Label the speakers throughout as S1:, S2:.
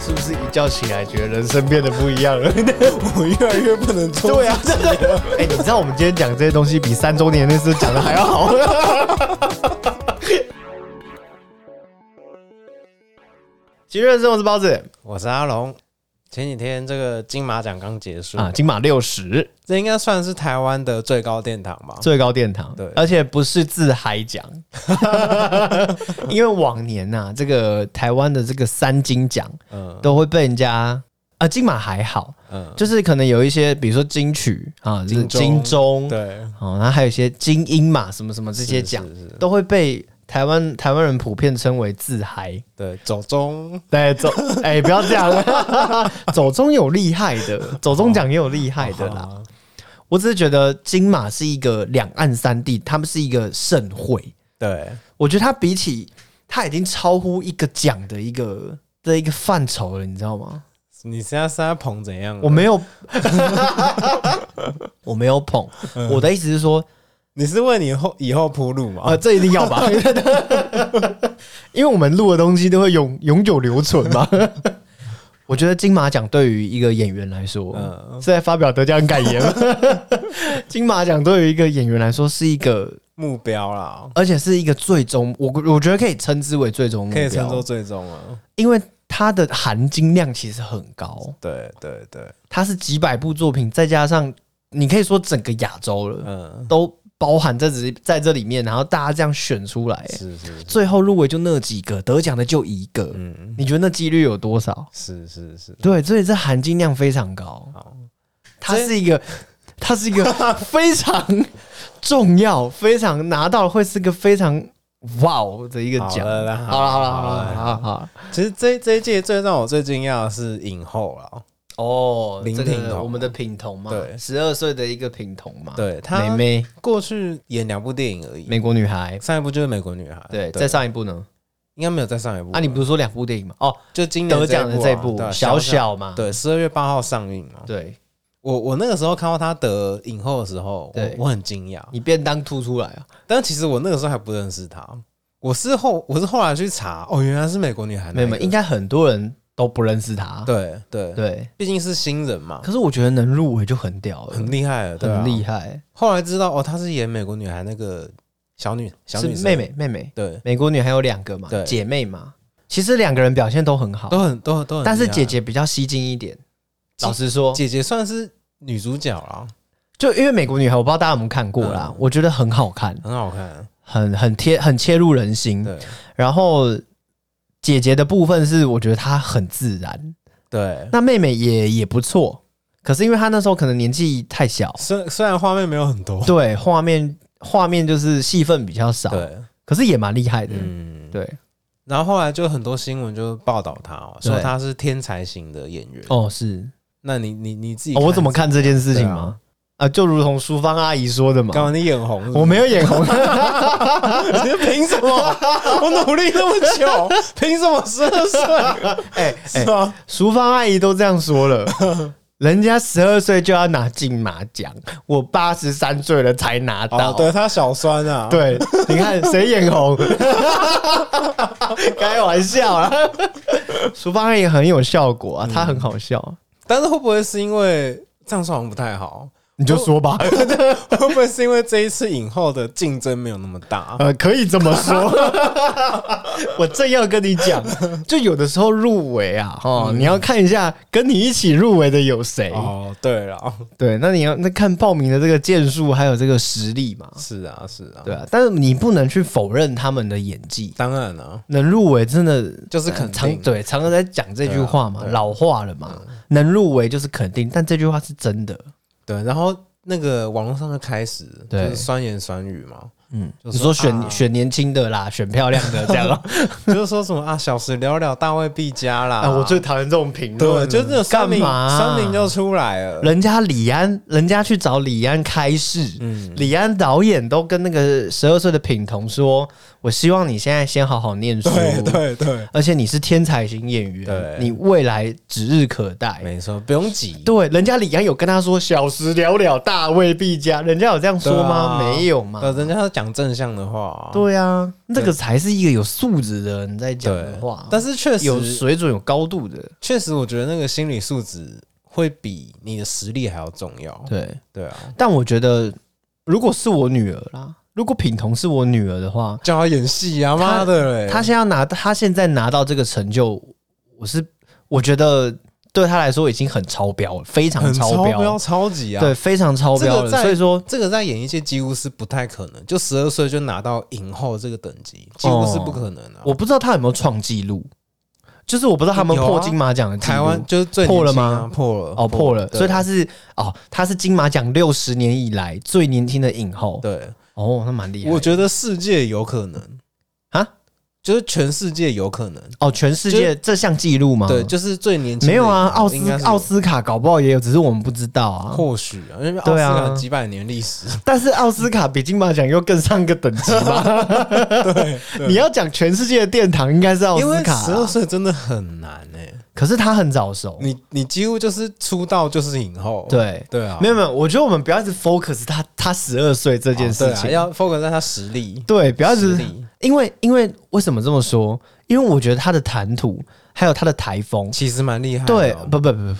S1: 是不是一觉起来觉得人生变得不一样了？
S2: 我越来越不能做。
S1: 对啊，真的。哎、你知道我们今天讲这些东西比三周年那次讲的还要 好。今日生我是包子
S2: 我是阿龙。前几天这个金马奖刚结束
S1: 啊，金马六十
S2: 这应该算是台湾的最高殿堂吧？
S1: 最高殿堂，
S2: 嗯对
S1: 而且不是自嗨 奖，因为往年呐、这个台湾的这个三金奖
S2: 嗯
S1: 都会被人家啊，金马还好，
S2: 嗯，
S1: 就是可能有一些，比如说金曲啊，就是
S2: 金钟
S1: 金钟，
S2: 对，
S1: 哦，然后还有一些精英嘛，什么什么这些奖
S2: 是是是
S1: 都会被台湾台湾人普遍称为自嗨。
S2: 对，走中
S1: 对，走， 哎、不要这 样，走中有厉害的，走中奖也有厉害的啦。
S2: 啊
S1: 我只是觉得金马是一个两岸三地，他们是一个盛会，
S2: 对，
S1: 我觉得它比起它已经超乎一个奖的一个的一个范畴了，你知道吗？
S2: 你现在是在捧怎样？
S1: 我没 有，我没有捧，我的意思是说，
S2: 你是为你后以后铺路
S1: 啊，
S2: 吗？
S1: 这一定要吧， 因为我们录的东西都会永永久留存 嘛。我觉得金马奖对于一个演员来说，
S2: 嗯
S1: 是在发表得奖感言吗。 金马奖对于一个演员来说是一个，
S2: 目标啦，
S1: 而且是一个最终，我我觉得可以称之为最终目
S2: 可
S1: 标，
S2: 以称作最终啊。
S1: 因为它的含金量其实很高，
S2: 对对对，
S1: 它是几百部作品，再加上你可以说整个亚洲了，
S2: 嗯，
S1: 都包含在这在这里面，然后大家这样选出来、
S2: 是是是，
S1: 最后入围就那几个，得奖的就一个，
S2: 嗯，
S1: 你觉得那几率有多少？
S2: 是是是，
S1: 对，所以这含金量非常高，
S2: 好，
S1: 它是一个，它是一 个非常重要、非常拿到会是个非常哇哦的一个
S2: 好
S1: 奖。
S2: 了啦
S1: 好了，好了，
S2: 好
S1: 好
S2: 了
S1: 了，好了，好了。
S2: 其实这这一届最让我最惊讶的是影后了，
S1: 哦，
S2: 林
S1: 这
S2: 品
S1: 个
S2: 彤
S1: 我们的品彤嘛，
S2: 对
S1: 十二岁的一个品彤嘛，，
S2: 对
S1: 妹
S2: 她
S1: 妹，
S2: 过去演两部电影而已，
S1: 啊美国女孩，
S2: 上一部就是《美国女孩》，
S1: 对，再上一部呢？
S2: 应该没有再上一部
S1: 啊，你不是说两部电影吗？哦，
S2: 就今年
S1: 得奖的
S2: 啊
S1: 这一部
S2: 对啊
S1: 《
S2: 小
S1: 小小》嘛，
S2: 对，十二月八号上映嘛。
S1: 对，
S2: 我我那个时候看到她得影后的时候，我
S1: 对
S2: 我很惊讶，
S1: 你便当吐出来啊！
S2: 但其实我那个时候还不认识她。我是后我是后来去查，哦，原来是美国女孩
S1: 没
S2: 那个，
S1: 有，没有，应该很多人都不认识他。
S2: 对对，
S1: 对，
S2: 毕竟是新人嘛，
S1: 可是我觉得能入围就很屌了，
S2: 很厉害了，对啊
S1: 很厉
S2: 害。
S1: 害，
S2: 后来知道哦，她是演美国女孩那个小女小
S1: 是
S2: 女生
S1: 妹，妹妹妹，
S2: 对，
S1: 美国女还有两个嘛
S2: 对，
S1: 姐妹嘛，其实两个人表现都很好，
S2: 都很都很都很厉害，
S1: 但是姐哦姐比较吸睛一点。
S2: 姐
S1: 老实说，
S2: 姐姐算是女主角啊啦，
S1: 就因为美国女孩，我不知道大家有没有看过啦
S2: 嗯，
S1: 我觉得很好看，
S2: 很好看，
S1: 很很贴，很切入人心。
S2: 对
S1: 然后姐姐的部分是，我觉得她很自然，
S2: 对。
S1: 那妹妹也也不错，可是因为她那时候可能年纪太小，
S2: 虽虽然画面没有很多，
S1: 对，画面画面就是戏份比较少，
S2: 对，
S1: 可是也蛮厉害的，
S2: 嗯，
S1: 对，
S2: 然后后来就很多新闻就报道他、哦，
S1: 对
S2: 说他是天才型的演员。
S1: 哦，是、
S2: 那你你你自己、
S1: 哦我怎么？看这件事情
S2: 对啊
S1: 吗？啊就如同淑芳阿姨说的嘛，
S2: 干嘛你眼红是不是
S1: 我没有眼红，
S2: 你凭 什么？我努力那么久，凭什么十二岁？
S1: 哎
S2: 是
S1: 哎，
S2: 吧？
S1: 淑芳阿姨都这样说 了。人家十二岁就要拿金马奖，我八十三岁了才拿到。
S2: 哦，对他小酸啊，，
S1: 对，你看谁眼红？ 开玩笑啦，淑芳也很有效果啊，她很好笑，
S2: 但是会不会是因为这样说好像不太好？
S1: 你就说吧，
S2: 会不会是因为这一次影后的竞争没有那么大？
S1: 呃，可以这么说。 我正要跟你讲，就有的时候入围啊，哦，你要看一下跟你一起入围的有谁。
S2: 哦，对了，
S1: 对，那你要那看报名的这个件数还有这个实力嘛，
S2: 是啊，是啊，
S1: 对啊，但是你不能去否认他们的演技。
S2: 当然了，
S1: 能入围真的
S2: 就是肯定
S1: 常对啊常常在讲这句话嘛，
S2: 对啊对啊
S1: 老话了嘛，能入围就是肯定，但这句话是真的。
S2: 对。然后那个网络上就开始就
S1: 对
S2: 是酸言酸语嘛，
S1: 嗯，
S2: 就
S1: 你
S2: 说
S1: 说选、
S2: 啊
S1: 选年轻的 啦，选漂亮的这样啊，
S2: 就是说什么啊，小时了了，大未必佳啦。
S1: 啊我最讨厌这种评论
S2: 对，
S1: 了。
S2: 就是那种酸
S1: 干
S2: 民，
S1: 嘛啊
S2: 酸民就出来了。
S1: 人家李安，人家去找李安开示，
S2: 嗯，
S1: 李安导演都跟那个十二岁的品彤说：“我我希望你现在先好好念书，
S2: 对对对，
S1: 而且你是天才型演员
S2: 对，
S1: 你未来指日可待。
S2: 没错，不用急。
S1: 对，人家李阳有跟他说“小时了了，大未必佳”，人家有这样说吗？
S2: 对啊
S1: 没有嘛。
S2: 对，人家要讲正向的话，
S1: 对啊，那个才是一个有素质的人在讲的
S2: 对
S1: 话，
S2: 但是确
S1: 有
S2: 实，
S1: 水准、有高度的。
S2: 确实，我觉得那个心理素质会比你的实力还要重要。
S1: 对，
S2: 对啊，
S1: 但我觉得如果是我女儿啦，如果品彤是我女儿的话，
S2: 叫他演戏啊，
S1: 他
S2: 妈的嘞！
S1: 她现在要拿，她现在拿到这个成就，我是我觉得对她来说已经很超标了，非常
S2: 很超
S1: 标，
S2: 标，超级啊！
S1: 对，，非常超标
S2: 这个
S1: 了。
S2: 在
S1: 所以说，
S2: 这个在演艺界几乎是不太可能，就十二岁就拿到影后这个等级，几乎是不可能的、啊
S1: 哦我不知道她有没有创纪录，就是我不知道他们
S2: 有啊
S1: 破金马奖的记录
S2: 台湾就是最、啊
S1: 破了吗？
S2: 破了，
S1: 哦，破了，
S2: 对
S1: 所以她是哦，她是金马奖六十年以来最年轻的影后。
S2: 对，
S1: 哦，那蛮厉害的。
S2: 我觉得世界有可能
S1: 啊，
S2: 就是全世界有可能，
S1: 哦，全世
S2: 就
S1: 界这项记录吗？
S2: 对，就是最年轻的
S1: 啊没有啊，
S2: 影后
S1: 奥
S2: 应该
S1: 斯
S2: 是有
S1: 奥斯卡搞不好也有，只是我们不知道啊。
S2: 或许啊，因为奥
S1: 对
S2: 斯
S1: 啊
S2: 卡几百年历史，
S1: 但是奥斯卡比金马奖又更上个等级吧？
S2: 对
S1: 你要讲全世界的殿堂，应该是奥
S2: 因为
S1: 斯卡
S2: 十二
S1: 啊。
S2: 岁真的很难哎、
S1: 可是他很早熟，
S2: 你你几乎就是出道就是影后，
S1: 对，
S2: 对啊，
S1: 没有
S2: 哦
S1: 没有，我觉得我们不要一直 focus 他他十二岁这件事
S2: 对啊
S1: 情，
S2: 要 focus 在他实力，
S1: 对，不要一
S2: 实
S1: 直
S2: 力
S1: 因为因为为什么这么说？因为我觉得他的谈吐还有他的台风，
S2: 其实蛮厉害的
S1: 对
S2: 哦，，
S1: 不不不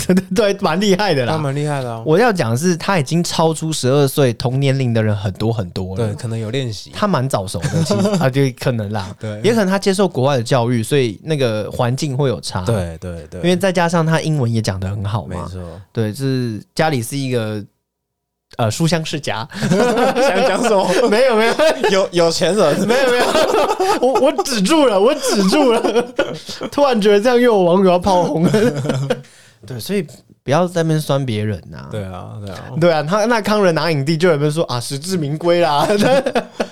S1: 不，不对，蛮厉害的
S2: 他
S1: 啦。
S2: 蛮厉害的、啊，
S1: 我要讲的是，他已经超出十二岁同年龄的人很多很多了。
S2: 对，可能有练习，
S1: 他蛮早熟的，其实啊，就可能啦，
S2: 对
S1: 也可能他接受国外的教育，所以那个环境会有差。，
S2: 对对对，
S1: 因为再加上他英文也讲得很好
S2: 没
S1: 嘛，
S2: 错，
S1: 对，是家里是一个呃书香世家，
S2: 想讲什么？
S1: 没有没有
S2: 有有钱人
S1: 没有没有，我我止住了，我止住了， 突然觉得这样又有网友要炮轰了， 对，所以不要在那边酸别人呐、
S2: 对啊，对啊，
S1: 对啊，他那康仁拿影帝，就有人说啊，实至名归啦。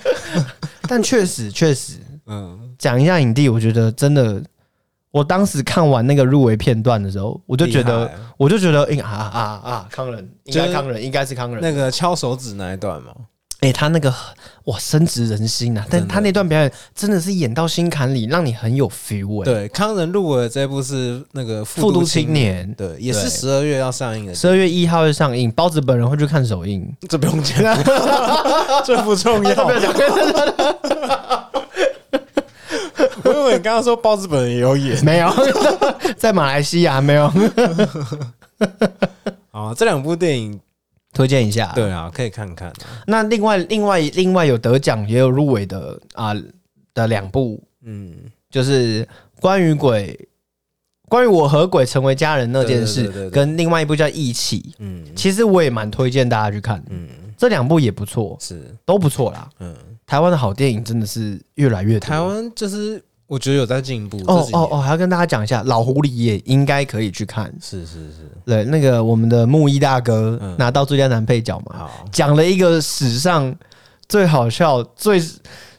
S1: 但确实，确实，
S2: 嗯，
S1: 讲一下影帝，我觉得真的，我当时看完那个入围片段的时候，我就觉
S2: 厉
S1: 得
S2: 害，
S1: 我就觉得，应啊啊啊，康仁应
S2: 就
S1: 该
S2: 是
S1: 康仁应该是康仁。
S2: 那个敲手指那一段嘛，
S1: 哎、他那个哇，深植人心啊！但
S2: 真的
S1: 他那段表演真的是演到心坎里，让你很有 feel 哎、
S2: 对，康仁入围的这部是那个《
S1: 复读
S2: 读
S1: 青
S2: 年》，
S1: 年，
S2: 对，也是
S1: 对
S2: 十二月要上映的，
S1: 十二月一号会上映，包子本人会去看首映。
S2: 这不用 讲，这不重要。
S1: 讲，
S2: 我以为你刚刚说包子本人也有 演
S1: 没有，在马来西亚没有。
S2: 啊，这两部电影，
S1: 推荐一下。，
S2: 对啊，可以看看啊。
S1: 那另外另外另外有得奖也有入围的啊的两部，
S2: 嗯，
S1: 就是关于鬼，关于我和鬼成为家人那件
S2: 对对
S1: 事，
S2: 对对对
S1: 跟另外一部叫《义气》，
S2: 嗯
S1: 其实我也蛮推荐大家去看的。
S2: 嗯，
S1: 这两部也不错，
S2: 是
S1: 都不错啦。
S2: 嗯，
S1: 台湾的好电影真的是越来越多。
S2: 台湾就是我觉得有在进步。
S1: 哦
S2: 这几
S1: 哦
S2: 年
S1: 哦，，还要跟大家讲一下，《老狐狸》也应该可以去看。
S2: 是是是，
S1: 对，那个我们的木易大哥
S2: 嗯
S1: 拿到最佳男配角嘛，
S2: 好，
S1: 讲了一个史上最好笑、最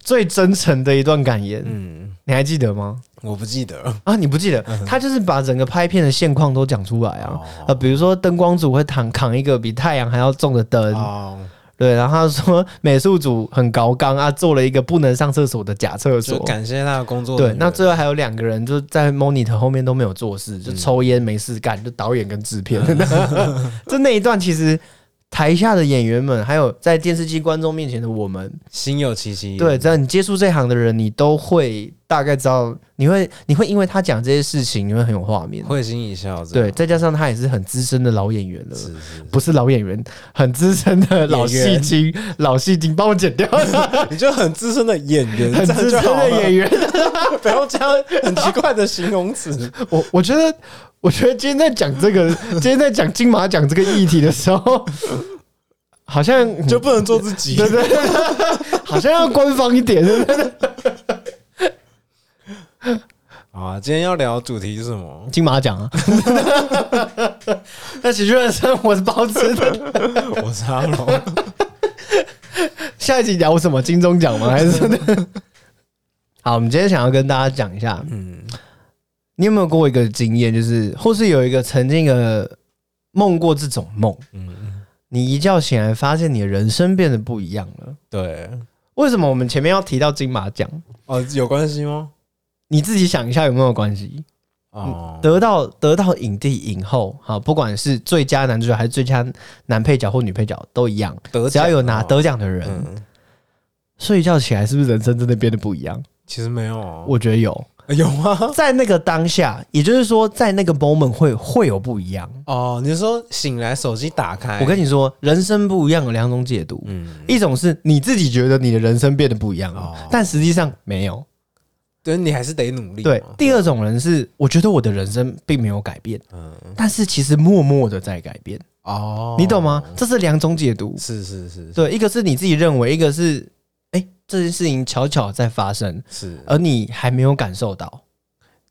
S1: 最真诚的一段感言，
S2: 嗯，
S1: 你还记得吗？
S2: 我不记得了。
S1: 啊，你不记得？
S2: 嗯
S1: 他就是把整个拍片的现况都讲出来啊。
S2: 哦
S1: 呃，比如说灯光组会扛扛一个比太阳还要重的灯，
S2: 哦，
S1: 对，然后他说 美术组很高刚啊，做了一个不能上厕所的假厕
S2: 就
S1: 所。
S2: 感谢他的工作人
S1: 对
S2: 员。，
S1: 那最后还有两个人就在 monitor 后面都没有做事，就抽烟没事干，就导演跟制 片。就那一段，其实台下的演员们，还有在电视机观众面前的我们，
S2: 心有戚戚。
S1: 对，只要你接触这行的人，你都会大概知道，你会你会因为他讲这些事情，你会很有画面。
S2: 会心一笑，这
S1: 对，
S2: 样
S1: 再加上他也是啊很资深的老演员了，
S2: 是是，
S1: 不是老演员，很资深的老戏精，老戏精帮我剪 掉，
S2: 你就很资深的演员，
S1: 很资深的演
S2: 员，
S1: 员。
S2: 不要加很奇怪的形 容词。
S1: 我我觉得，我觉得今天在讲这 个，今天在讲金马奖这个议题的时候，好像
S2: 就不能做自己
S1: 对对对，好像要官方一点，对不对？
S2: 好啊！今天要聊主题是什 么？
S1: 金马奖啊，那喜剧人生我是包子的，
S2: 我是阿龙，
S1: 下一集聊什么？金钟奖吗？还是？好，我们今天想要跟大家讲一下，
S2: 嗯，
S1: 你有没有过一个经验，就是或是有一个曾经的梦过这种梦，
S2: 嗯
S1: 你一觉醒来发现你的人生变得不一样了。
S2: 对，
S1: 为什么我们前面要提到金马奖？
S2: 哦，有关系吗？
S1: 你自己想一下有没有关系？
S2: 哦，
S1: 嗯得到得到影帝影后，好，不管是最佳男主角还是最佳男配角或女配角都一样，
S2: 得
S1: 只要有拿
S2: 得，
S1: 得奖的人，
S2: 嗯，
S1: 睡一觉起来是不是人生真的变得不一样？
S2: 其实没有啊，
S1: 我觉得有，
S2: 有吗？
S1: 在那个当下，也就是说，在那个 moment 会会有不一样。
S2: 哦，你说醒来手机打开，
S1: 我跟你说，人生不一样有两种解读，
S2: 哎嗯，
S1: 一种是你自己觉得你的人生变得不一样了，
S2: 哦
S1: 但实际上没有。
S2: 对你还是得努力嘛，
S1: 对，第二种人是我觉得我的人生并没有改变，
S2: 嗯，
S1: 但是其实默默的在改变，
S2: 哦，
S1: 你懂吗？？这是两种解读。
S2: 是是是
S1: 对，一个是你自己认为，一个是哎、这件事情巧巧在发生，
S2: 是，呃
S1: 而你还没有感受到。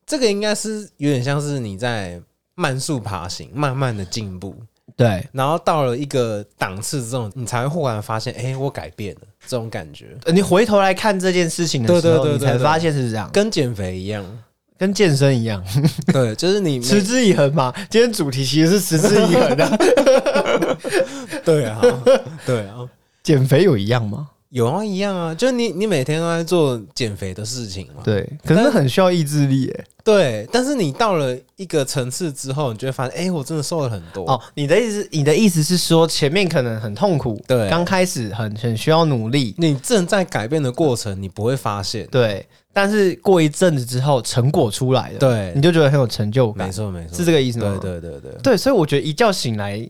S2: 这个应该是有点像是你在慢速爬行，慢慢的进步，
S1: 对，
S2: 然后到了一个档次之后，你才会忽然发现，哎，我改变了，这种感觉
S1: 呃你回头来看这件事情的时候，
S2: 对对对对
S1: 你才
S2: 对
S1: 发现是这样，跟
S2: 跟减肥 一样，
S1: 跟健身一样，
S2: 对，就是你
S1: 持之以恒嘛。今天主题其实是持之以恒啊 的，
S2: 对啊，对啊，
S1: 减肥有一样吗？
S2: 有啊一样啊，就是你你每天都在做减肥的事情嘛，
S1: 对，可是很需要意志力耶。
S2: 对，但是你到了一个层次之后，你就会发现，哎，我真的瘦了很多，
S1: 哦，你的意思，你的意思是说前面可能很痛苦，
S2: 对
S1: 刚开始很很需要努力，
S2: 你正在改变的过程，你不会发现，
S1: 对，但是过一阵子之后成果出来了，，
S2: 对
S1: 你，就觉得很有成就感
S2: 没，错没错，
S1: 是这个意思吗？
S2: 对对对对，
S1: 对，所以我觉得一觉醒来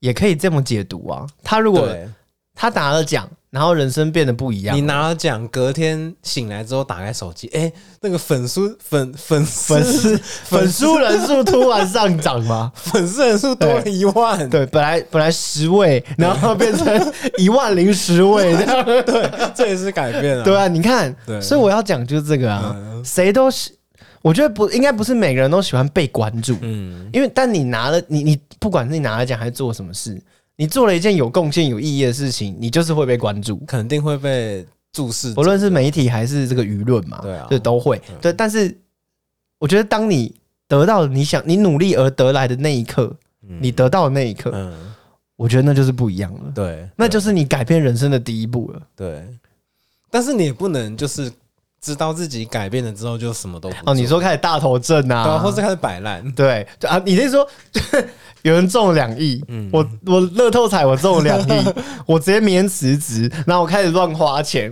S1: 也可以这么解读啊。他如果
S2: 对
S1: 他拿了奖，然后人生变得不一样
S2: 你
S1: 了，
S2: 拿了奖，隔天醒来之后打开手机，哎、那个粉丝粉粉丝
S1: 粉丝粉
S2: 粉？
S1: 丝人数突然上涨吗
S2: 粉丝人数多了一万，
S1: 对，本来本来十位，然后变成 一万零十位这样。
S2: 这也是改变了。
S1: 对啊，你看，
S2: 对嗯
S1: 所以我要讲就是这个啊，谁都喜，我觉得不应该不是每个人都喜欢被关注，
S2: 嗯，
S1: 因为但你拿了你你不管是你拿了奖还是做什么事，你做了一件有贡献有意义的事情，你就是会被关注。
S2: 肯定会被注视。
S1: 不论是媒体还是这个舆论嘛，
S2: 对啊
S1: 就都会对。但是我觉得，当你得到你想你努力而得来的那一刻，
S2: 嗯
S1: 你得到的那一刻，
S2: 嗯，
S1: 我觉得那就是不一样了，
S2: 对，
S1: 那就是你改变人生的第一步了。
S2: 对。但是你也不能就是知道自己改变了之后就什么都不
S1: 哦，你说
S2: 做
S1: 开始大头症
S2: 对啊，
S1: 啊，
S2: 或是开始摆烂，
S1: 对对啊，你是说 有人中两亿？
S2: 嗯
S1: 我我乐透彩我中了两 亿，我直接明年辞职，然后我开始乱花钱，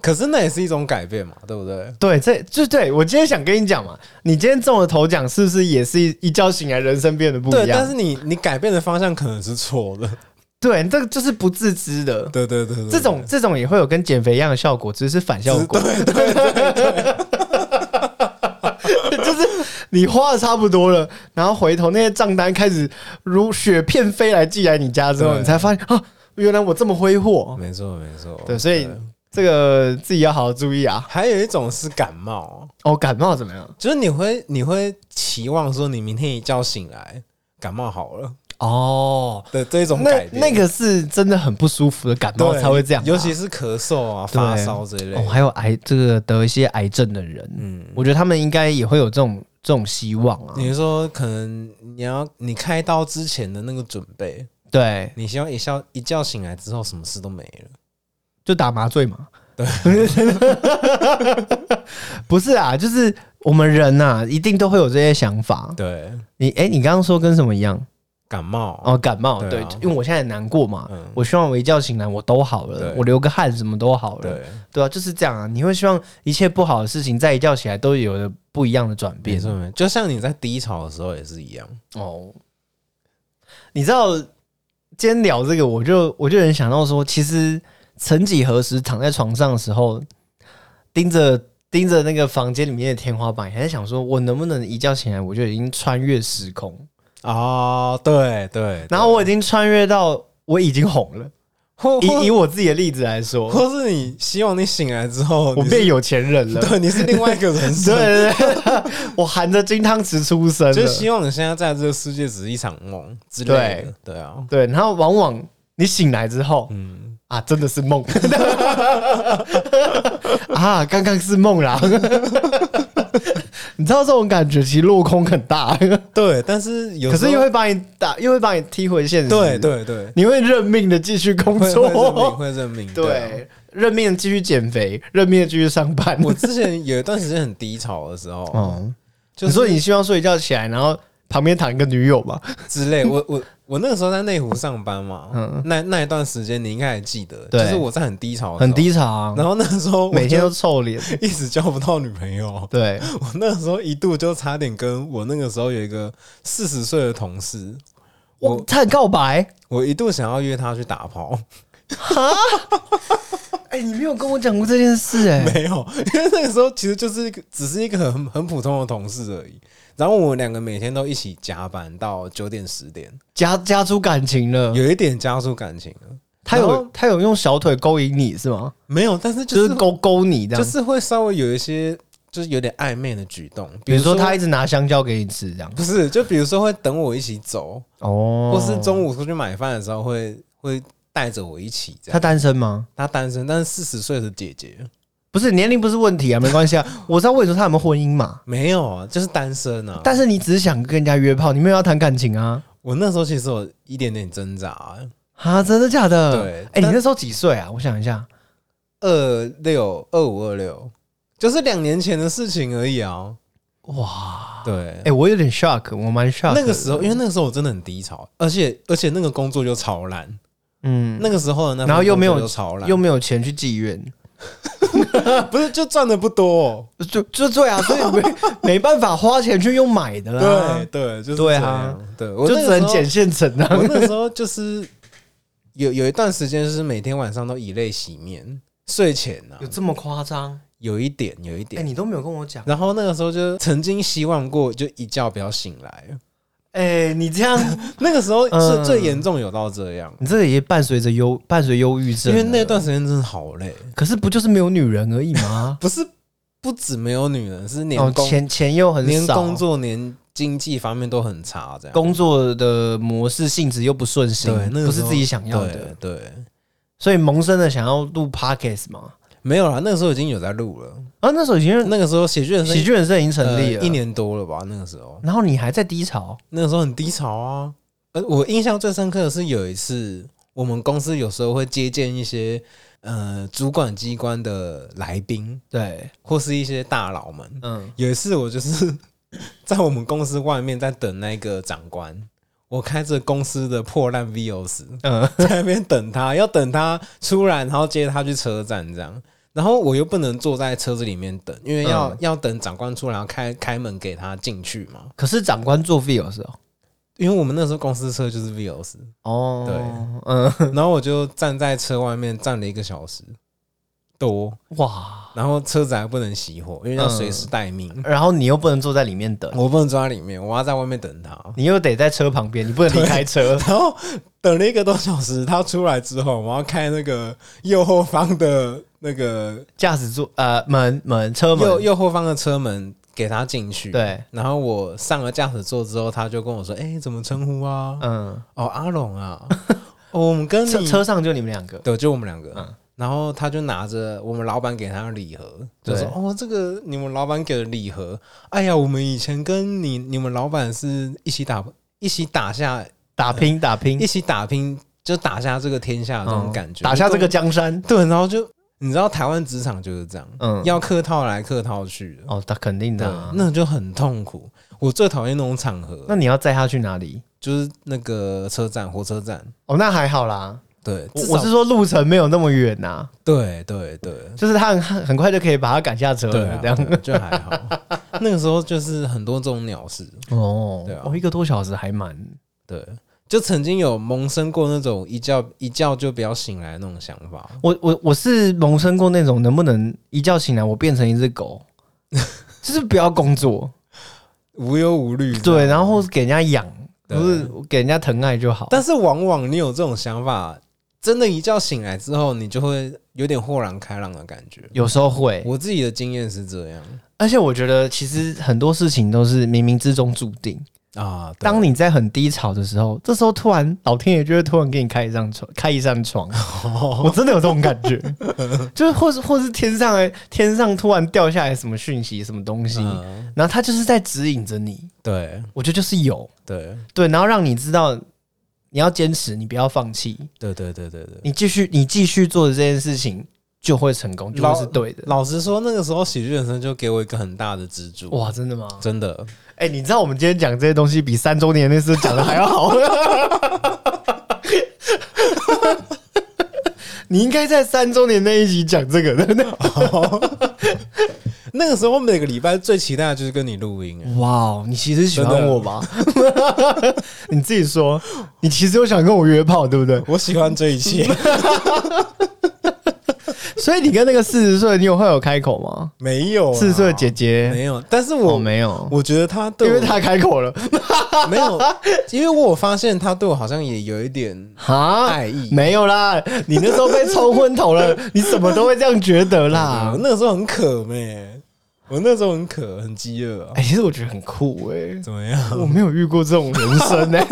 S2: 可是那也是一种改变嘛，对不对？
S1: 对，这就对我今天想跟你讲嘛，你今天中了头奖，是不是也是一一觉醒来，人生变得不
S2: 对，
S1: 一样？
S2: 但是你你改变的方向可能是错 的，
S1: 对，这个就是不自知的。
S2: 对对对对，对
S1: 这种这种也会有跟减肥一样的效果，只是反效果。对对对 就是你花的差不多了，然后回头那些账单开始如雪片飞来寄来你家之后，
S2: 对
S1: 你才发现啊，原来我这么挥霍。
S2: 没错没错，
S1: 对，所以这个自己要好好注意啊。
S2: 还有一种是感冒，
S1: 哦，感冒怎么样？
S2: 就是你会你会期望说你明天一觉醒来感冒好了
S1: 哦，
S2: 的这种
S1: 那
S2: 改变，
S1: 那个是真的很不舒服的感冒
S2: 对
S1: 才会这样啊、
S2: 尤其是咳嗽啊、
S1: 对
S2: 发烧这类
S1: 哦，。还有癌这个得一些癌症的人，
S2: 嗯，
S1: 我觉得他们应该也会有这种这种希望啊。
S2: 你是说可能你要你开刀之前的那个准备，
S1: 对，
S2: 你希望一觉一觉醒来之后什么事都没了。
S1: 就打麻醉嘛。对， 不是啊，就是我们人呐、一定都会有这些想法。
S2: 对，
S1: 你哎、你刚刚说跟什么一样？
S2: 感冒，
S1: 哦，感冒。对
S2: 对啊，
S1: 因为我现在很难过嘛，
S2: 嗯，
S1: 我希望我一觉醒来我都好了
S2: 对，
S1: 我流个汗什么都好了。
S2: 对，
S1: 对啊，就是这样啊。你会希望一切不好的事情在一觉起来都有了不一样的转
S2: 没
S1: 变。
S2: 错没错，就像你在低潮的时候也是一样。
S1: 哦，你知道今天聊这个，我就我就能想到说，其实曾几何时躺在床上的时候，盯着盯着那个房间里面的天花板，还在想说我能不能一觉醒来，我就已经穿越时空，
S2: 哦，对对，
S1: 然后我已经穿越到我已经红了。
S2: 或
S1: 以以
S2: 或
S1: 我自己的例子来说，
S2: 或是你希望你醒来之后，
S1: 我
S2: 你是
S1: 变有钱人了。
S2: 对，你是另外一个人
S1: 对
S2: 生。
S1: 对对，我含着金汤匙出生
S2: 就
S1: 了
S2: 是。希望你现在在这个世界只是一场梦之类的。对啊，
S1: 对，然后往往你醒来之后，
S2: 嗯，
S1: 啊，真的是梦 啊，刚刚是梦啦。 你知道这种感觉其实落空很大，可
S2: 对，但是有时
S1: 是
S2: 候
S1: 又会把你打，又会把你踢回现实。
S2: 对，对对，
S1: 你会认命的继续工
S2: 会会认命，
S1: 作。
S2: 会认 命。啊
S1: 对，认命继续减肥，认命继续上班。
S2: 我之前有一段时间很低潮的时候，
S1: 哦，
S2: 就
S1: 你
S2: 是
S1: 说你希望睡一觉起来，然后旁边躺一个女友嘛？
S2: 之类。我我我那个时候在内湖上班嘛，
S1: 嗯
S2: 那那一段时间你应该还记得，就
S1: 对
S2: 是哦我在很低潮，
S1: 很。低潮啊，
S2: 然后那时候我
S1: 每天
S2: 就
S1: 都臭脸。
S2: 一直交不到女朋友，
S1: 对，
S2: 我那时候一度就差点跟我那个时候有一个四十岁的同事，
S1: 我
S2: 我
S1: 他很告白，
S2: 我一度想要约他去打炮，
S1: 哎、你没有跟我讲过这件事、哎，
S2: 没有，因为那个时候其实就是一个只是一个很很普通的同事而已。然后我们两个每天都一起加班到九点十点，
S1: 加加出感情了。
S2: 有一点加速感情了。
S1: 他
S2: 然
S1: 有
S2: 后
S1: 他有用小腿勾引你是吗？
S2: 没有，但是
S1: 就
S2: 就是是
S1: 勾勾你这
S2: 就
S1: 样。
S2: 是会稍微有一些就是有点暧昧的举动，
S1: 比如说他一直拿香蕉给你吃这样。
S2: 不是，就比如说会等我一起走，
S1: 哦，
S2: 或是中午出去买饭的时候会会带着我一起这样。
S1: 他单身吗？
S2: 她单身，但是四十岁的姐姐
S1: 不是年龄不是问题啊， 没关系啊。我知道问你说他有没有婚姻嘛，
S2: 没有啊，就是单身啊。
S1: 但是你只是想跟人家约炮，你没有要谈感情啊？
S2: 我那时候其实有一点点挣扎、
S1: 啊，真的假的？
S2: 对
S1: 哎、你
S2: 但
S1: 那时候几岁啊？我想一下，
S2: 二六二五二六，就是两年前的事情而已啊。
S1: 哇，
S2: 对，
S1: 哎、我有点 shock，我蛮 shock 的。
S2: 那个时候，因为那个时候我真的很低潮，而且而且那个工作又超烂，
S1: 嗯，
S2: 那个时候的那份
S1: 然后又没有
S2: 工作就超烂，
S1: 又没有钱去妓院，
S2: 不是就赚的不多、
S1: 就就对啊，所以没 没办法花钱去用买的啦，
S2: 对对，就是
S1: 对
S2: 这
S1: 啊
S2: 样，对我
S1: 就
S2: 那
S1: 只
S2: 个时
S1: 能
S2: 候
S1: 捡现成的、
S2: 我那时候就是有有一段时间，就是每天晚上都以泪洗面，睡前呢、啊
S1: 有、这么夸张？
S2: 有一点有一
S1: 哎、
S2: 点。
S1: 你都没有跟我讲，
S2: 然后那个时候就曾经希望过，就一觉不要醒来。
S1: 哎、你这样，
S2: 那个时候
S1: 嗯
S2: 是最严重，有到这样，
S1: 你这个也伴随着忧伴随忧郁症
S2: 因
S1: 了，
S2: 为那段时间真的好累，
S1: 可是不就是没有女人而已吗
S2: ？不是不止没有女人，是
S1: 哦
S2: 连，工、
S1: 钱钱又很
S2: 连
S1: 少，
S2: 工作连经济方面都很差，这样。
S1: 工作的模式性质又不顺心，
S2: 对，那个
S1: 不
S2: 时
S1: 是
S2: 候
S1: 自己想要的，
S2: 对，对，
S1: 所以萌生了想要录 podcast 嘛。
S2: 没有啦，那个时候已经有在录了。
S1: 啊，那时候已经
S2: 那个时候喜剧人生
S1: 喜剧人生已经成立了、
S2: 呃一，年多了吧？那个时候，
S1: 然后你还在低潮，
S2: 那个时候很低潮啊。呃，我印象最深刻的是有一次，我们公司有时候会接见一些呃主管机关的来宾，
S1: 对，
S2: 或是一些大佬们。
S1: 嗯，
S2: 有一次，我就是 在我们公司外面在等那个长官，我开着公司的破烂 Vios
S1: 嗯
S2: 在那边等他，要等他出来，然后接他去车站这样。然后我又不能坐在车子里面等，因为要、
S1: 嗯
S2: 要等长官出来，然后开开门给他进去嘛。
S1: 可是长官做 V 有时候，
S2: 因为我们那时候公司车就是 Vios，
S1: 哦，对，
S2: 然后我就站在车外面站了一个小时多，
S1: 嗯，哇，
S2: 然后车子还不能熄火，因为要
S1: 嗯
S2: 随时待命，
S1: 然后你又不能坐在里面等，
S2: 我不能坐在里面，我要在外面等他。
S1: 你又得在车旁边，你不能离开车，
S2: 然后等了一个多小时，他出来之后，我要开那个右后方的那个
S1: 驾驶座呃门门车门，
S2: 右右后方的车门给他进去。，
S1: 对，
S2: 然后我上了驾驶座之后，他就跟我说：“哎、怎么称呼啊？
S1: 嗯，
S2: 哦，阿龙啊，哦，我们跟
S1: 车
S2: 你
S1: 车上就你们两个，
S2: 对，就我们两个。
S1: 嗯
S2: 然后他就拿着我们老板给他的礼盒，就
S1: 对
S2: 说：“哦，这个你们老板给的礼盒，哎呀，我们以前跟你你们老板是一起打一起打下
S1: 打拼打拼
S2: 一，起打拼，就打下这个天下的这种
S1: 嗯
S2: 感觉，
S1: 打下这个江山，
S2: 对。”然后就你知道台湾职场就是这样，
S1: 嗯，
S2: 要客套来客套去的，
S1: 哦，他肯定的啊、
S2: 对，那就很痛苦。我最讨厌那种场合，
S1: 那你要载他去哪里？
S2: 就是那个车站火车站，
S1: 哦，那还好啦。
S2: 对，
S1: 我
S2: 至
S1: 我
S2: 少
S1: 是说路程没有那么远呐、啊
S2: 对对对。
S1: 就是他很很快就可以把他赶下车
S2: 对
S1: 了，
S2: 啊，
S1: 这样。
S2: 对啊就还好。 那个时候就是很多这种鸟事，
S1: 哦
S2: 对啊
S1: 哦，一个多小时还蛮
S2: 对，就曾经有萌生过那种一觉一觉就不要醒来的那种想法。
S1: 我我我是萌生过那种能不能一觉醒来我变成一只 狗，就是不要工作，
S2: 无忧无虑，
S1: 对，然后给人家养，
S2: 对
S1: 不是给人家疼爱就好。
S2: 但是往往你有这种想法，真的，一觉醒来之后，你就会有点豁然开朗的感觉。
S1: 有时候会，
S2: 我自己的经验是这样
S1: 而且我觉得其实很多事情都是冥冥之中注定。
S2: 啊，对
S1: 当你在很低潮的时候，这时候突然老天爷就会突然给你开一扇窗， 开一扇窗。
S2: 哦
S1: 我真的有这种感 觉，就是或是或是天上哎，天上突然掉下来什么讯息、什么东西，
S2: 嗯
S1: 然后他就是在指引着你。
S2: 对
S1: 我觉得就是有
S2: 对
S1: 对，然后让你知道你要坚持，你不要放弃，
S2: 对对对对对，
S1: 你继续你继续做的这件事情，就会成功，就
S2: 老
S1: 会是对的。
S2: 老实说，那个时候喜剧人生就给我一个很大的支柱，
S1: 哇，真的吗？
S2: 真的。
S1: 哎、你知道我们今天讲这些东西比三周年那次讲的还要好？ 你应该在三周年那一集讲这个，真的。
S2: 那个时候每个礼拜最期待的就是跟你录音，哎
S1: 哇哦，你其实喜
S2: 真
S1: 欢
S2: 的
S1: 我吧？ 你自己说，你其实有想跟我约炮，对不对？
S2: 我喜欢这一切。
S1: 所以你跟那个四十岁，你有会有开口吗？
S2: 没有啊
S1: 四十岁的姐姐，
S2: 没有，但是
S1: 我
S2: 我
S1: 没有，
S2: 我觉得他对
S1: 因
S2: 我
S1: 为她开口了
S2: 没有，因为我有发现他对我好像也有 一点
S1: 哈，
S2: 爱意。
S1: 没有啦，你那时候被冲昏头 了，你什么都会这样觉得啦
S2: 呃我。那个时候很渴妹、我那时候很渴，很饥饿啊、
S1: 哎、其实我觉得很酷哎、
S2: 怎么样？
S1: 我没有遇过这种人生 哎、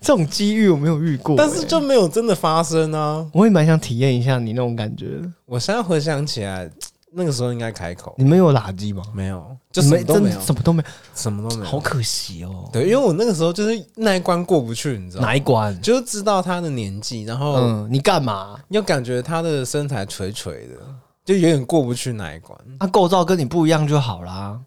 S1: 这种机遇我没有遇过、欸
S2: 但是就没有真的发生啊！
S1: 我也蛮想体验一下你那种感觉的。
S2: 我现在回想起来，那个时候应该开口，
S1: 你们有垃圾吗？
S2: 没有，就什么都
S1: 你们
S2: 没
S1: 真
S2: 有
S1: 的，什么都没有，
S2: 什么都没
S1: 好
S2: 有。
S1: 可惜哦。
S2: 对，因为我那个时候就是那一关过不去，你知道吗？
S1: 哪一关？
S2: 就是知道他的年纪，然后
S1: 嗯，你干嘛？
S2: 又感觉他的身材垂垂的，就有点过不去那一关，
S1: 他、啊构造跟你不一样就好啦。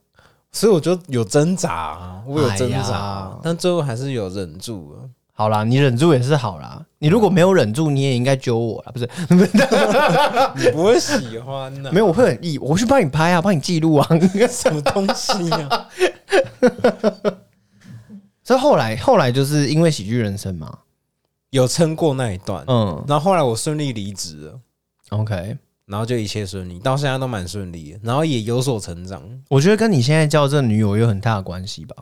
S2: 所以我就有挣扎啊，我有挣
S1: 哎
S2: 扎
S1: 呀
S2: 啊，但最后还是有忍住了。
S1: 好啦，你忍住也是好啦。你如果没有忍住，你也应该揪我啦，不是？
S2: 你不会喜欢的、
S1: 没有，我会很意，我去帮你拍啊，帮你记录啊。
S2: 什么东西啊。
S1: 所以后来，后来就是因为喜剧人生嘛。
S2: 有撑过那一段，
S1: 嗯
S2: 然后后来我顺利离职了，
S1: ，OK，
S2: 然后就一切顺利，到现在都蛮顺利的，然后也有所成长。
S1: 我觉得跟你现在交的这个女友有很大的关系吧。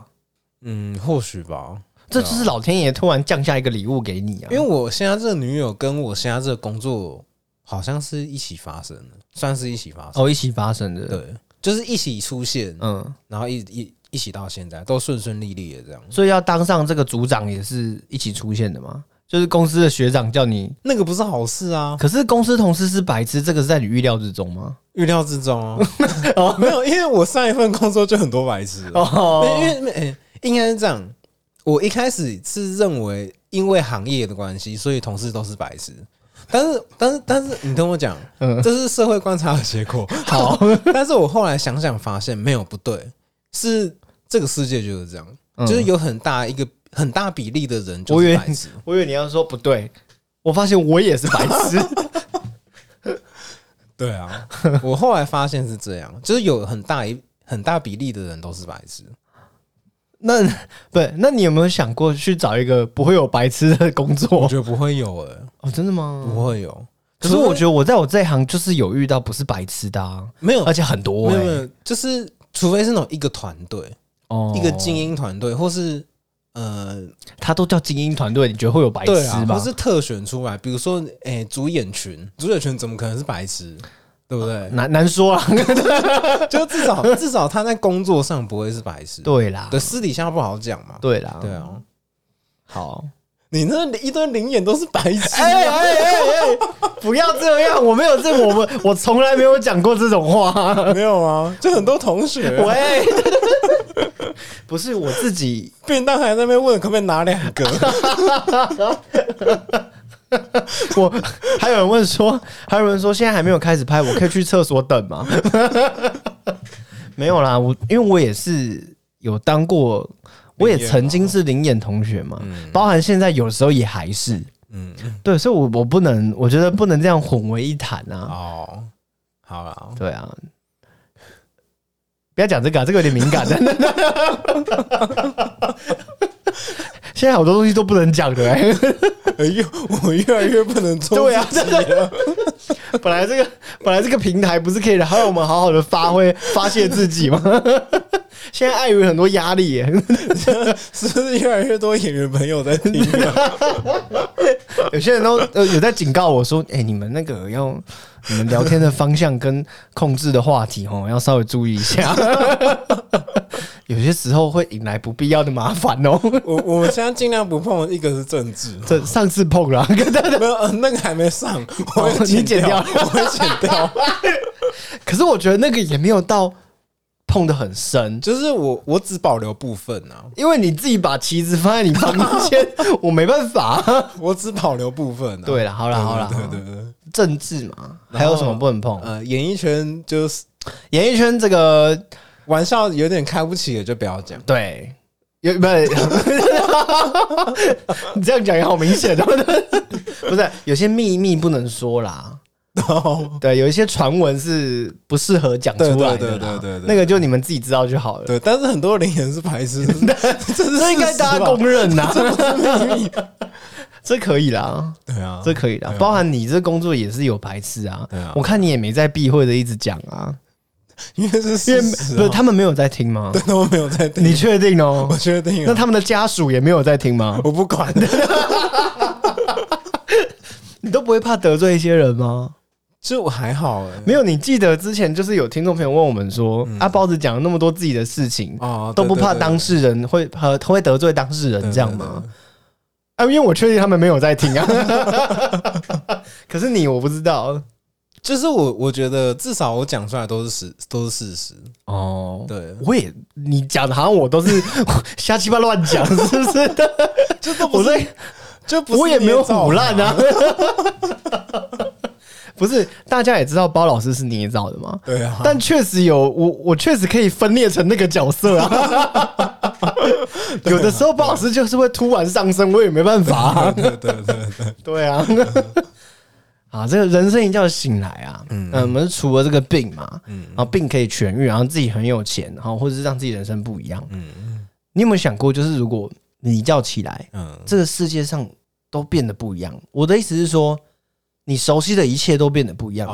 S2: 嗯，或许吧，
S1: 这就是老天爷突然降下一个礼物给你啊！
S2: 啊因为我现在这个女友跟我现在这个工作好像是一起发生的，算是一起发生，
S1: 哦，一起发生的，，
S2: 对，就是一起出现，
S1: 嗯，
S2: 然后一一一起到现在都顺顺利利的这样。
S1: 所以要当上这个组长也是一起出现的嘛。就是公司的学长叫你，
S2: 那个不是好事啊，
S1: 可是公司同事是白痴，这个是在你预料之中吗？
S2: 预料之中 啊。没有，因为我上一份工作就很多白痴啊、
S1: 哦
S2: 没因为、诶应该是这样，我一开始是认为因为行业的关系，所以同事都是白痴。但是，但是，但是，你听我讲，
S1: 嗯
S2: 这是社会观察的结果。
S1: 好，
S2: 但是我后来想想发现，没有不对，是这个世界就是这样，
S1: 嗯
S2: 就是有很大一个很大比例的人就
S1: 我以
S2: 是
S1: 为
S2: 白痴。
S1: 我以为你要说不对，我发现我也是白 痴。
S2: 对啊， 我后来发现是这样，就是有很大一很大比例的人都是白痴。
S1: 那不，那你有没有想过去找一个不会有白痴的工
S2: 我
S1: 作？
S2: 觉得不会有诶、欸
S1: 哦，真的吗？
S2: 不会有。
S1: 可是我觉得我在我这一行就是有遇到不是白痴的、啊，
S2: 没有
S1: 而且很多、
S2: 没
S1: 欸，
S2: 有没有，就是除非是那种一个团队，
S1: 哦
S2: 一个精，英团队，或是呃，
S1: 他都叫精英团队，你觉得会有白
S2: 对
S1: 痴
S2: 啊，
S1: 吗？
S2: 或是特选出来，比如说诶、主演群，主演群怎么可能是白痴？对不 对？
S1: 难难说啦，
S2: 就至少至少他在工作上不会是白痴，
S1: 对啦，
S2: 对，私底下不好讲嘛。
S1: 对啦，
S2: 对，啊，
S1: 好，
S2: 你那一堆灵眼都是白痴啊、
S1: 哎哎哎哎，不要这样，我没有这，我们我从来没有讲过这种话。
S2: 没有啊？就很多同学啊、
S1: 喂， 不是我自己，
S2: 便当还在那边问可不可以拿两个，
S1: 我 还有人问说，还有人说现在还没有开始拍，我可以去厕所等吗？ 没有啦，我因为我也是有当过，我也曾经是灵眼同学嘛，包含现在有时候也还是。
S2: 嗯，
S1: 对，所以我，我不能，我觉得不能这样混为一谈啊。
S2: 哦，好了，
S1: 对啊，不要讲这个、啊，这个有 点敏感的。现在好多东西都不能讲的、欸，
S2: 哎呦，我越来越不能做
S1: 对啊
S2: 自己了。
S1: 本来这个本来这个平台不是可以让我们好好的发挥 发泄自己吗？ 现在碍于很多压力耶，
S2: 是不是越来越多演员朋友在听、 啊？
S1: 有些人都呃有在警告我说：“哎、你们那个要你们聊天的方向跟控制的话题哦，要稍微注意一下， 有些时候会引来不必要的麻烦哦。 ，
S2: 我我们现在尽量不碰，一个是政治
S1: 这上次碰了、
S2: 没有、呃、那个还没上，我会
S1: 你剪
S2: 哦 掉，
S1: 掉
S2: 我会剪掉。
S1: 可是我觉得那个也没有到碰得很深，
S2: 就是我我只保留部分啊，
S1: 因为你自己把棋子放在你旁边， 我没办法、
S2: 我只保留部分啊。
S1: 对了，好了好了，
S2: 对对对，
S1: 政治嘛，还有什么不能碰？
S2: 呃，演艺圈就是
S1: 演艺圈这个
S2: 玩笑有点开不起的就不要 讲。
S1: 对。有不是？ 你这样讲也好明显，对不对？ 不是，有些秘密不能说啦。
S2: 哦
S1: 对，有一些传闻是不适合讲出来的啦。
S2: 对对对对对对
S1: 那个就你们自己知道就好了。
S2: 对，但是很多人也是白 痴，这是
S1: 这应该大家
S2: 懂。
S1: 公认 呐、这可以啦，
S2: 对啊，
S1: 这可以啦。包含你这工作也是有白痴啊
S2: 对啊，
S1: 我看你也没在避讳的一直讲啊，
S2: 因为是
S1: 因为
S2: 事实、
S1: 不
S2: 啊
S1: 是，他们没有在听吗？
S2: 真的我没有在听，
S1: 你确定哦
S2: 我？确定啊，
S1: 那他们的家属也没有在听吗？
S2: 我不管，
S1: 你都不会怕得罪一些人吗？
S2: 就我还好哎、
S1: 没有，你记得之前就是有听众朋友问我们说，阿包子讲了那么多自己的事情，
S2: 嗯哦，
S1: 都不怕
S2: 对
S1: 当事人会和会得罪当事人这样？
S2: 对对对对
S1: 吗
S2: 对？
S1: 啊，因为我确定他们没有在 听啊。可是你我不知道
S2: 就是我，我觉得至少我讲出来都是事，都是事实。
S1: 哦。
S2: 对，
S1: 我也你讲的好像我都是 瞎鸡巴乱讲，是不是？
S2: 就都不
S1: 我
S2: 是，
S1: 在
S2: 就不是
S1: 我也没有腐烂
S2: 捏造
S1: 啊。 不是，大家也知道包老师是捏造的嘛，
S2: 的。对啊，
S1: 但确实有我，我确实可以分裂成那个角色 啊。有的时候包老师就是会突然上升，我也没办法、啊。
S2: 对对对 对，
S1: 对啊，啊，这个人生一觉醒来啊，嗯，我们除了这个病嘛，嗯，然后病可以痊愈，然后自己很有钱，然后或者是让自己人生不一样。
S2: 嗯
S1: 你有没有想过，就是如果你一觉起来，
S2: 嗯，
S1: 这个世界上都变得不一样？我的意思是说，你熟悉的一切都变得不一样。哦，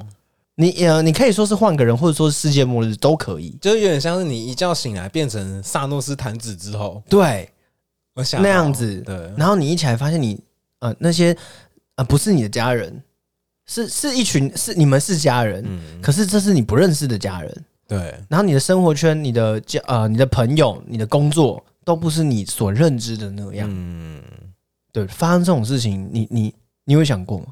S2: 哦，
S1: 你呃，你可以说是换个人，或者说是世界末日都可以。
S2: 就有点像是你一觉醒来变成萨诺斯弹指之后，
S1: 对，
S2: 我想
S1: 那样子
S2: 对，
S1: 然后你一起来发现你呃那些呃不是你的家人，是是一群是你们是家人，
S2: 嗯，
S1: 可是这是你不认识的家人。
S2: 对，
S1: 然后你的生活圈、你的家呃、你的朋友、你的工作都不是你所认知的那样。
S2: 嗯，
S1: 对，发生这种事情，你你你有想过吗？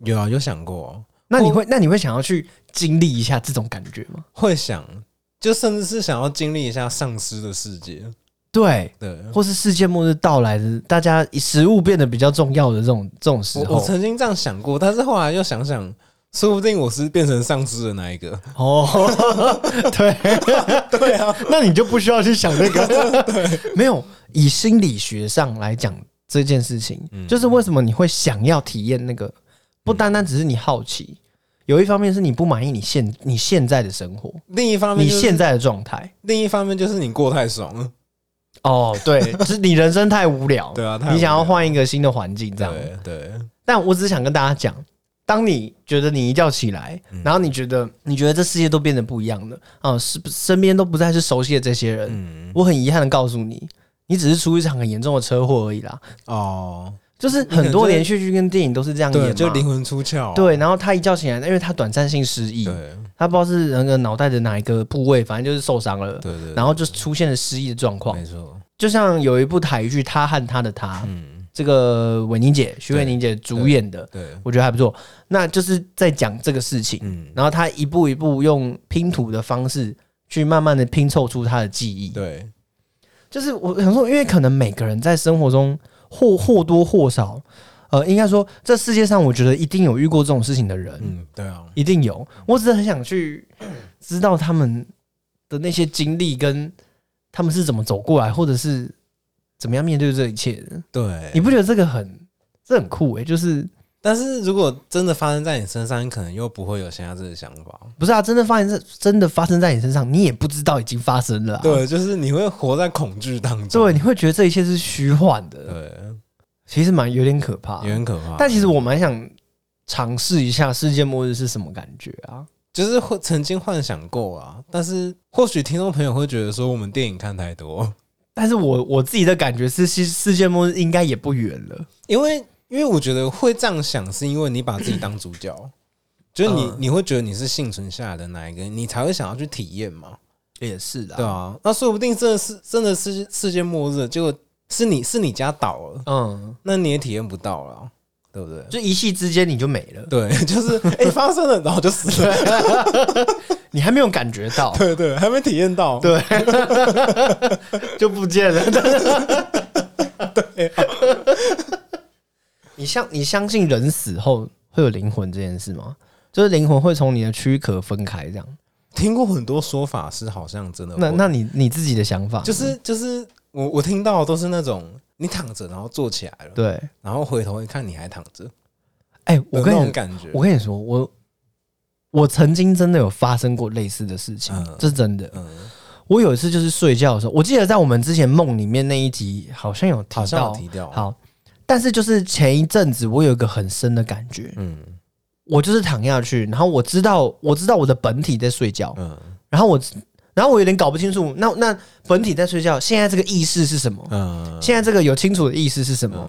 S2: 有啊，有想过，
S1: 那你会那你会想要去经历一下这种感觉吗？
S2: 会想，就甚至是想要经历一下丧尸的世界，
S1: 对，
S2: 对。
S1: 或是世界末日到来的，大家食物变得比较重要的这种这种时
S2: 我我
S1: 候，
S2: 曾经这样想过，但是后来又想想，说不定我是变成丧尸的那一 个。
S1: 哦， 对，
S2: 对啊，
S1: 那你就不需要去想那 个。没有，以心理学上来讲这件事情，
S2: 嗯
S1: 就是为什么你会想要体验那个，不单单只是你好奇，有一方面是你不满意你现你现在的生活，
S2: 另一方面、
S1: 你
S2: 就是，
S1: 现在的状态。
S2: 另一方面就是你过太爽了。
S1: 哦，对， 就是你人生太无聊，
S2: 对啊太无聊
S1: 你想要换一个新的环境这样。
S2: 对对，
S1: 但我只想跟大家讲，当你觉得你一觉起来，
S2: 嗯
S1: 然后你觉得你觉得这世界都变得不一样了啊，是身边都不再是熟悉的这些人，
S2: 嗯，
S1: 我很遗憾的告诉你，你只是出一场很严重的车祸而已啦。
S2: 哦，
S1: 就是很多连续剧跟电影都是这样演
S2: 对，
S1: 嘛，
S2: 就灵魂出窍。
S1: 对。然后他一觉醒来，因为他短暂性失忆
S2: 对，对
S1: 他不知道是那个脑袋的哪一个部位，反正就是受伤了，
S2: 对对，
S1: 然后就出现了失忆的状况。
S2: 没错，
S1: 就像有一部台剧《他和他的他》，
S2: 嗯，
S1: 这个韦宁姐、徐伟宁姐主演的，
S2: 对，
S1: 我觉得还不错。那就是在讲这个事情，
S2: 嗯，
S1: 然后他一步一步用拼图的方式去慢慢的拼凑出他的记忆。
S2: 对，
S1: 就是我想说，因为可能每个人在生活中或或多或少，呃，应该说这世界上，我觉得一定有遇过这种事情的人，
S2: 嗯，对啊，
S1: 一定有。我只是很想去知道他们的那些经历，跟他们是怎么走过来，或者是怎么样面对这一切的。你
S2: 对。
S1: 不觉得这个很这很酷诶、欸就是
S2: 但是如果真的发生在你身上，你可能又不会有现在这个想法。
S1: 不是啊？真的发生在真的发生在你身上，你也不知道已经发生了、啊。
S2: 对，就是你会活在恐惧当中。
S1: 对，你会觉得这一切是虚幻的，
S2: 对，
S1: 其实蛮有点可怕
S2: 有。点可怕。
S1: 但其实我蛮想尝试一下世界末日是什么感觉啊？
S2: 就是会曾经幻想过啊，但是或许听众朋友会觉得说我们电影看太多，
S1: 但是我我自己的感觉是，世世界末日应该也不远了。
S2: 因为因为我觉得会这样想，是因为你把自己当主 角，就是你、
S1: 嗯
S2: 你会觉得你是幸存下来的那一个，你才会想要去体验嘛，
S1: 也是的
S2: 对啊，那说不定真的是真的是世界末日，结果是你是你家倒了，
S1: 嗯，
S2: 那你也体验不到了，对 不对？
S1: 就一夕之间你就没了。
S2: 对，就是哎、诶发生了，然后就死了，
S1: 你还没有感觉到，
S2: 对对，还没体验到，
S1: 对， 就不见 了。啊你相你相信人死后会有灵魂这件事吗？就是灵魂会从你的躯壳分开这样。
S2: 听过很多说法是好像真的会，
S1: 那那你你自己的想法呢
S2: 就是就是我我听到的都是那种你躺着然后坐起来了，
S1: 对，
S2: 然后回头一看你还躺着，
S1: 哎、我
S2: 有
S1: 跟
S2: 那
S1: 你
S2: 种感觉，
S1: 我跟你说，我我曾经真的有发生过类似的事情，
S2: 嗯
S1: 这是真的。
S2: 嗯，
S1: 我有一次就是睡觉的时候，我记得在我们之前梦里面那一集好像有提
S2: 好像
S1: 到，
S2: 有提掉，，
S1: 好，但是就是前一阵子我有一个很深的感觉，
S2: 嗯
S1: 我就是躺下去，然后我知道我知道我的本体在睡觉，
S2: 嗯
S1: 然后我然后我有点搞不清楚，那那本体在睡觉，现在这个意识是什么？
S2: 嗯，
S1: 现在这个有清楚的意识是什么？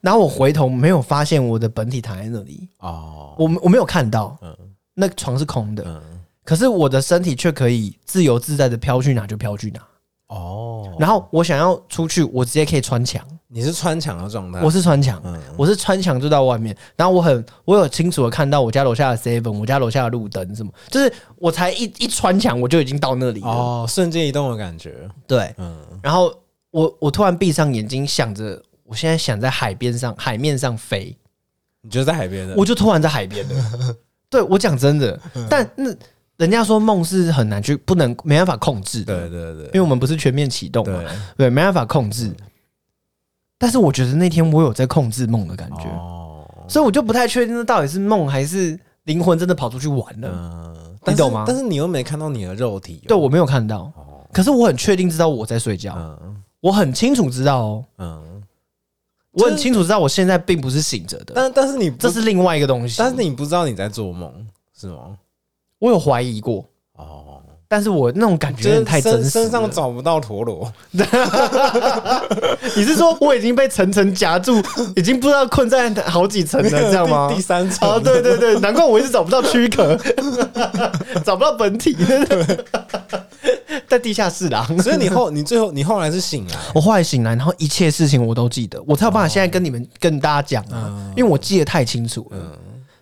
S1: 然后我回头没有发现我的本体躺在那里，
S2: 哦，
S1: 我我没有看到，
S2: 嗯
S1: 那床是空的，
S2: 嗯
S1: 可是我的身体却可以自由自在的飘去哪就飘去哪。
S2: 哦，
S1: 然后我想要出去，我直接可以穿墙，
S2: 你是穿墙的状态，
S1: 我是穿墙，
S2: 嗯
S1: 我是穿墙就到外面。然后我很，我有清楚的看到我家楼下的 seven，我家楼下的路灯什么，就是我才一一穿墙我就已经到那里了。
S2: 哦，瞬间移动的感觉，
S1: 对，
S2: 嗯
S1: 然后我我突然闭上眼睛，想着我现在想在海边上海面上飞，
S2: 你觉得在海边的，嗯
S1: 我就突然在海边了。 对我讲真的，但那人家说梦是很难去，不能没办法控制的。
S2: 对对对
S1: 因为我们不是全面启动嘛，
S2: 对，
S1: 对，没办法控制。但是我觉得那天我有在控制梦的感觉，
S2: 哦，
S1: 所以我就不太确定那到底是梦还是灵魂真的跑出去玩了。
S2: 嗯，但
S1: 你
S2: 是
S1: 懂吗
S2: 但是你又没看到你的肉体，
S1: 对我没有看到，
S2: 哦，
S1: 可是我很确定知道我在睡觉，
S2: 嗯
S1: 我很清楚知道哦，
S2: 嗯，
S1: 我很清楚知道我现在并不是醒着的，
S2: 但但是你不
S1: 这是另外一个东西。
S2: 但是你不知道你在做梦是吗？
S1: 我有怀疑过，
S2: 哦，
S1: 但是我那种感觉有点太真
S2: 身
S1: 实
S2: 身上
S1: 了。
S2: 找不到陀螺，
S1: 你是说我已经被层层夹住，已经不知道困在好几层了，这样吗？
S2: 第第三 层
S1: 哦，对对对，难怪我一直找不到躯壳， 找不到本体， 在地下室啦。
S2: 所以你后你最后你后来是醒啊来，
S1: 我后来醒来，然后一切事情我都记得，我才有办法现在跟你们、跟大家讲啊，因为我记得太清楚了，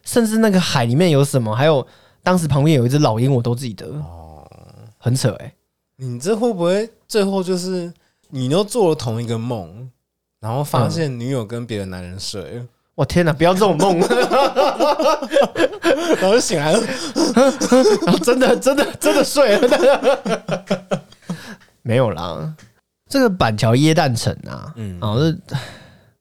S1: 甚至那个海里面有什么，还有当时旁边有一只老鹰，我都记得，
S2: 哦，
S1: 很扯哎、
S2: 你这会不会最后就是你又做了同一个梦，然后发现女友跟别的男人 睡，
S1: 我天哪！不要这种 梦，
S2: 然后就醒来了，
S1: 然后真的真的真的睡了， 没有啦。这个板桥椰蛋城啊，
S2: 嗯
S1: 啊，这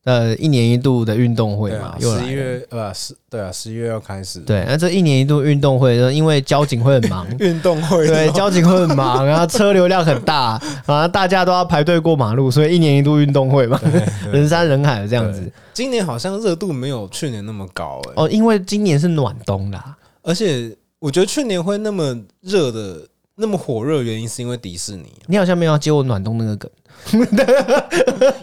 S1: 呃一年一度的运动会
S2: 对
S1: 嘛
S2: 啊，，
S1: 又来
S2: 十
S1: 了
S2: 一月呃十对啊，十一月要开始
S1: 对，那这一年一度运动会，因为交警会很 忙，
S2: 运动会，
S1: 对，交警会很忙，然后车流量很大，然后大家都要排队过马路，所以一年一度运动会嘛，人山人海的这
S2: 这
S1: 样子。
S2: 今年好像热度没有去年那么高哎、
S1: 哦，因为今年是暖冬啦，
S2: 而且我觉得去年会那么热的、那么火热，的原因是因为迪士尼啊
S1: 你好像没有要接我暖冬那个梗，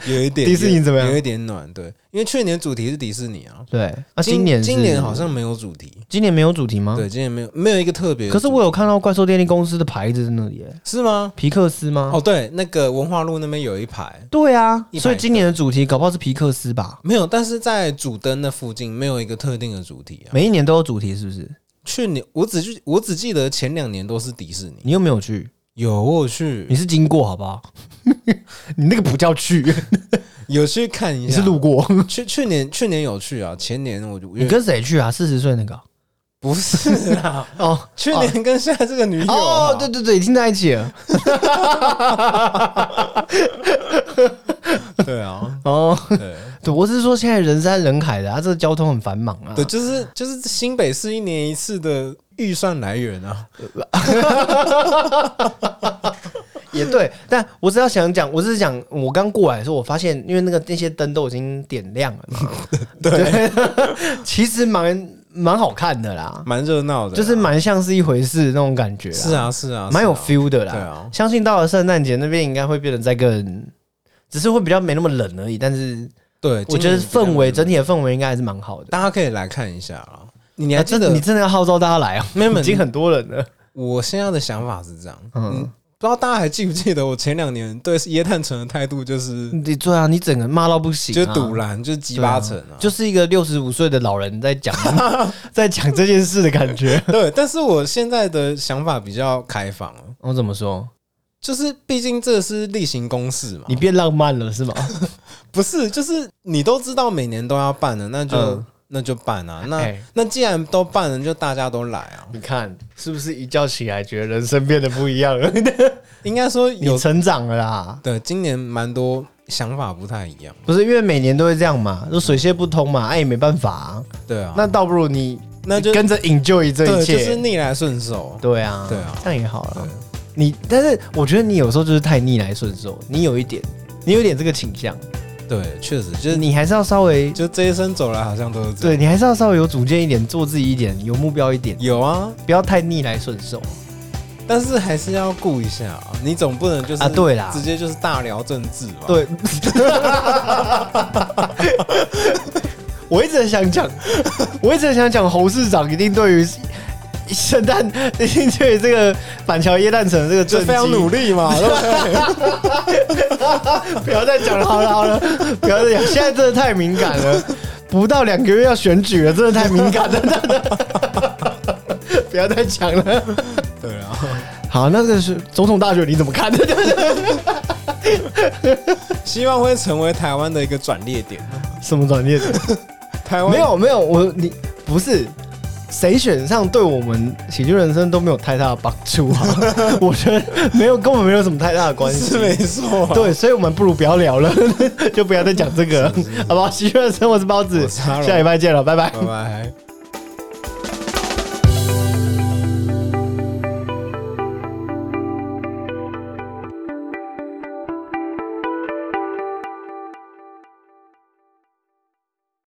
S2: 有一点
S1: 迪士尼怎么样
S2: 有一点暖，对，因为去年主题是迪士尼啊，
S1: 对。那、今年是
S2: 今年好像没有主题，
S1: 今年没有主题吗？
S2: 对，今年没有没有一个特别的主
S1: 可是
S2: 题，
S1: 我有看到怪兽电力公司的牌子在那里耶，
S2: 是吗？
S1: 皮克斯吗？
S2: 哦，对，那个文化路那边有一排。
S1: 对啊，
S2: 一百
S1: 所以今年的主题搞不好是皮克斯吧？
S2: 没有，但是在主灯的附近没有一个特定的主题啊。
S1: 每一年都有主题是不是？
S2: 去年我只记我只记得前两年都是迪士尼，
S1: 你又没有去，
S2: 有我有去
S1: 你是经过好不好？ 你那个不叫 去，
S2: 啊有去看一
S1: 你
S2: 下，
S1: 是路过。
S2: 去去年去年有去啊，前年我就
S1: 你跟谁去啊？四十岁那个啊
S2: 不是 啊，
S1: 哦
S2: 去年跟现在这个女友、啊、
S1: 哦，对对对，已经在一起了。
S2: 对啊，
S1: 哦，
S2: 对
S1: 对，我是说现在人山人海的，啊，这个交通很繁忙啊。
S2: 对，就是就是新北市一年一次的预算来源啊，
S1: 也对。但我只要想讲，我只是讲，我刚过来的时候，我发现，因为那个那些灯都已经点亮了 嘛，对，其实蛮蛮好看的啦，
S2: 蛮热闹的啊、
S1: 就是蛮像是一回事那种感觉。
S2: 是，啊是啊，
S1: 蛮有
S2: 是啊
S1: feel 的
S2: 对
S1: 啦。
S2: 啊，
S1: 相信到了圣诞节那边，应该会变得再更，只是会比较没那么冷而已。但是
S2: 对，
S1: 我
S2: 今
S1: 觉
S2: 年
S1: 得氛围
S2: 比较
S1: 整体的氛围应该还是蛮好的。
S2: 大家可以来看一下啊。你你
S1: 啊
S2: 还记
S1: 真的
S2: 得
S1: 你真的要号召大家来啊？
S2: 没有没有
S1: 已经很多人了。
S2: 我现在的想法是这样，
S1: 嗯
S2: 嗯，不知道大家还记不记得我前两年对椰炭城的态度就是
S1: 你对啊，你整个骂到不行、
S2: 就
S1: 啊，
S2: 是堵拦，就是鸡巴城啊，
S1: 就是一个六十五岁的老人在 讲在讲这件事的感觉。
S2: 对。但是我现在的想法比较开放了，
S1: 我怎么说？
S2: 就是毕竟这是例行公事嘛，
S1: 你变浪漫了是吗？
S2: 不是就是你都知道每年都要办的，那就、
S1: 嗯
S2: 那就办啊。 那、
S1: 哎
S2: 那既然都办了，就大家都来啊。
S1: 你看是不是一觉起来觉得人生变得不一 样了？
S2: 应该说
S1: 你
S2: 有
S1: 成长了啦，
S2: 对，今年蛮多想法不太一样，
S1: 不是因为每年都会这样嘛，都水泄不通嘛，哎、也没办法啊、
S2: 对啊。
S1: 那倒不如你
S2: 那就
S1: 跟着 enjoy 这
S2: 对，
S1: 一切，
S2: 就是逆来顺受。
S1: 对啊，
S2: 对啊
S1: 这样也好了
S2: 对。
S1: 你，但是我觉得你有时候就是太逆来顺受，你有一点，你有一点这个倾向，
S2: 对，确实就
S1: 就是
S2: 是
S1: 你还是要稍微，
S2: 就这一生走来好像都是这样。
S1: 对你还是要稍微有主见一点，做自己一点，有目标一点，
S2: 有啊，
S1: 不要太逆来顺受。
S2: 但是还是要顾一下、啊，你总不能就是
S1: 啊对啦
S2: 直接就是大聊政治吧？，
S1: 对， 我一直很想讲，我一直很想讲，侯市长一定对于圣诞，一定对于这个板桥耶诞城的这个
S2: 就
S1: 政绩
S2: 非常努力嘛。对不对
S1: 不要再讲了，好了好了，不要再讲，现在真的太敏感 了，不到两个月要选举了，真的太敏感了， 不要再讲了。
S2: 对啊，
S1: 好，那这是总统大选，你怎么 看？
S2: 希望会成为台湾的一个转捩点。
S1: 什么转念？
S2: 台湾
S1: 没有没有，我你不是谁选上，对我们喜剧人生都没有太大的帮助啊， 我觉得没有，根本没有什么太大的关系
S2: 是。没错、啊，
S1: 对，所以我们不如不要聊了， 就不要再讲这个了，好不好？喜剧人生，我是包子，
S2: 我是阿荣
S1: 下礼拜见了，拜拜
S2: 拜拜。